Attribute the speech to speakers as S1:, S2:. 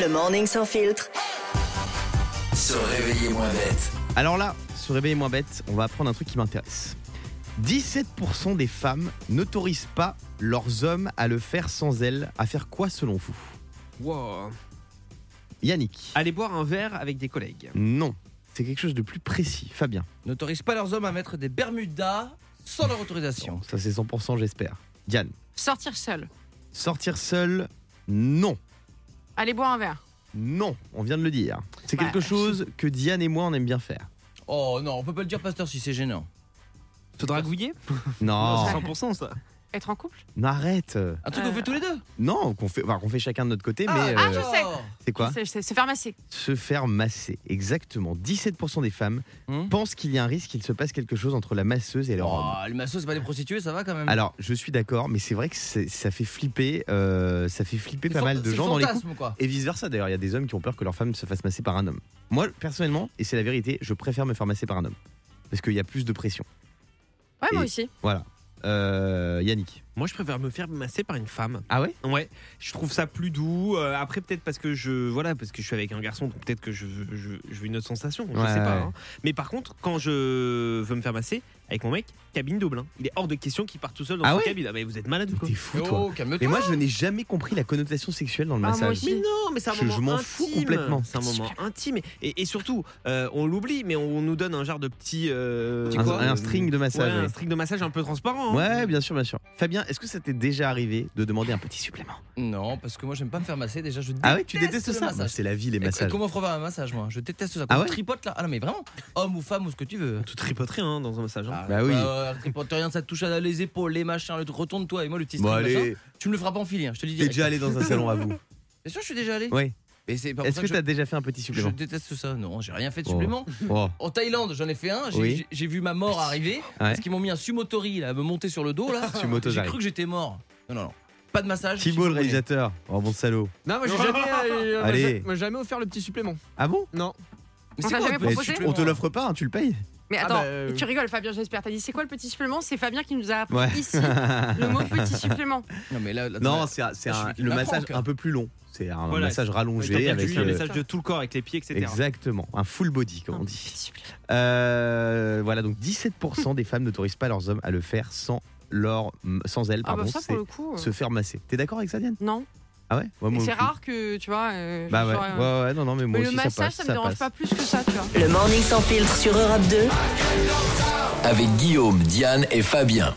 S1: Le morning sans filtre.
S2: Se réveiller moins bête.
S3: Alors là, se réveiller moins bête, on va apprendre un truc qui m'intéresse. 17% des femmes n'autorisent pas leurs hommes à le faire sans elles. À faire quoi selon vous
S4: Wow.
S3: Yannick
S4: Aller boire un verre avec des collègues.
S3: Non. C'est quelque chose de plus précis. Fabien
S5: N'autorisent pas leurs hommes à mettre des Bermudas sans leur autorisation.
S3: Ça c'est 100% j'espère. Diane
S6: Sortir seul.
S3: Sortir seul Non.
S6: Aller boire un verre.
S3: Non. On vient de le dire. C'est
S6: Bah,
S3: quelque chose que Diane et moi on aime bien faire.
S5: Oh non, on peut pas le dire, pasteur, si c'est gênant.
S4: Se dragouiller
S3: Non.
S4: C'est 100% ça.
S6: Être en couple
S3: Non, Arrête.
S5: Un truc
S3: Euh,
S5: qu'on fait tous les deux.
S3: Non, qu'on fait, enfin, qu'on fait chacun de notre côté,
S5: Ah,
S3: mais
S6: ah,
S3: euh,
S6: je sais.
S5: Oh.
S3: c'est quoi
S6: C'est- C'est se faire masser.
S3: Se faire masser. Exactement. 17% des femmes
S5: Hmm.
S3: pensent qu'il y a un risque qu'il se passe quelque chose entre la masseuse et leur homme.
S5: Oh, les masseuse, c'est pas des prostituées, ça va quand même.
S3: Alors, je suis d'accord, mais c'est vrai que c'est- ça fait flipper, euh, ça fait flipper
S5: C'est
S3: pas
S5: fant-
S3: mal de
S5: c'est
S3: gens dans les
S5: fantasme,
S3: couples.
S5: quoi.
S3: Et vice versa d'ailleurs, il y a des hommes qui ont peur que leur femme se fasse masser par un homme. Moi, personnellement, et c'est la vérité, je préfère me faire masser par un homme. Parce qu'il y a plus de pression.
S6: Ouais, moi
S3: Et-
S6: aussi.
S3: Voilà. Euh, Yannick.
S4: Moi, je préfère me faire masser par une femme.
S3: Ah ouais
S4: Ouais, je trouve ça plus doux. Euh, après, peut-être parce que je, voilà, parce que je suis avec un garçon, donc peut-être que je, veux- je, je veux une autre sensation. Je
S3: Ouais,
S4: sais pas.
S3: ouais.
S4: hein. Mais par contre, quand je veux me faire masser avec mon mec, cabine double. hein. Il est hors de question qu'il parte tout seul dans
S3: Ah
S4: sa
S3: ouais
S4: cabine. Ah, mais vous êtes malade ou quoi
S3: T'es fou,
S5: Mais
S3: toi.
S5: Oh,
S3: Mais
S5: calme-toi.
S3: moi, je n'ai jamais compris la connotation sexuelle dans le
S6: Ah, moi
S3: massage.
S6: aussi.
S4: Mais non, mais c'est un
S3: Je-
S4: moment
S3: je m'en fous
S4: intime.
S3: complètement.
S4: C'est un moment intime. Et, et surtout, euh, on l'oublie, mais on nous donne un genre de petit. euh,
S3: Un- un, string de
S4: Ouais,
S3: massage.
S4: un
S3: ouais.
S4: string de massage un peu transparent. hein.
S3: Ouais, bien sûr, bien sûr. Fabien, est-ce que ça t'est déjà arrivé de demander un petit supplément
S5: Non, parce que moi, j'aime pas me faire masser. Déjà, je déteste
S3: Ah ouais, tu détestes
S5: le
S3: ça Bah,
S5: massage.
S3: C'est la vie, les
S5: Et- et
S3: massages.
S5: Comment on fera un massage, moi Je déteste ça.
S3: Ah
S5: Quand on
S3: ouais
S5: tripote là. Ah non, mais vraiment Homme ou femme ou ce que tu veux.
S4: Tout tripoterie hein, dans un massage. hein.
S5: Ah,
S3: Bah oui.
S5: euh, tripote rien, ça te touche à les épaules, les machins, le truc. Retourne-toi et moi, le petit
S3: Bon,
S5: string, machin,
S3: allez,
S5: Tu me le feras pas en filet, hein, je te le dis.
S3: t'es
S5: direct.
S3: déjà allé dans un salon à vous.
S5: Bien sûr, je suis déjà allé.
S3: Ouais.
S5: Mais c'est pas pour
S3: Est-ce
S5: ça
S3: que
S5: que,
S3: t'as déjà fait un petit
S5: je, je
S3: supplément
S5: déteste ça. Non, j'ai rien fait de
S3: Oh.
S5: supplément.
S3: Oh.
S5: En Thaïlande, j'en ai fait un. J'ai
S3: Oui.
S5: j'ai- j'ai vu ma mort arriver. Parce qu'ils m'ont mis un sumotori là, à me monter sur le dos là.
S3: Sumotori.
S5: J'ai cru que j'étais mort. Non, non, non. Pas de massage.
S3: Thibault le
S5: sumotori.
S3: réalisateur. Oh bon salaud.
S7: Non, moi j'ai jamais, euh, on m'a
S3: Allez.
S7: ja- on m'a jamais offert le petit supplément.
S3: Ah bon
S7: Non.
S5: Mais
S6: On
S5: c'est
S6: t'a
S5: quoi,
S6: jamais
S5: un petit
S3: Mais tu-
S6: proposé
S3: On te
S5: supplément
S3: l'offre pas, hein, tu le payes
S6: Mais
S7: Ah
S6: attends,
S7: bah, euh,
S6: tu rigoles, Fabien, j'espère. T'as dit, c'est quoi le petit supplément C'est Fabien qui nous a appris
S3: Ouais.
S6: ici le mot petit supplément.
S5: Non, mais là, là,
S3: Non,
S5: là-
S3: c'est un- c'est
S5: je suis
S3: un-
S5: qui
S3: le
S5: m'apprends,
S3: massage
S5: quoi.
S3: un peu plus long. C'est un
S4: Voilà,
S3: massage rallongé
S4: Ouais,
S3: avec.
S4: t'as
S3: euh,
S4: un message de tout le corps avec les pieds, etc.
S3: Exactement, un full body comme on dit.
S6: Petit supplément.
S3: Ah, Euh, voilà, donc 17% des femmes n'autorisent pas leurs hommes à le faire sans leur sans elles,
S6: Ah
S3: pardon,
S6: bah ça
S3: c'est
S6: pour le coup. euh,
S3: se faire masser. T'es d'accord avec ça, Diane
S6: Non.
S3: Ah ouais, Ouais,
S6: Et
S3: moi
S6: C'est
S3: aussi.
S6: rare que tu vois. euh,
S3: Bah
S6: je
S3: ouais,
S6: sois,
S3: ouais,
S6: euh,
S3: ouais, non, non, mais moi
S6: mais le
S3: aussi ça
S6: massage,
S3: passe.
S6: ça me dérange
S3: passe.
S6: pas plus que ça, tu vois.
S1: Le morning sans filtre sur Europe 2.
S2: Avec Guillaume, Diane et Fabien.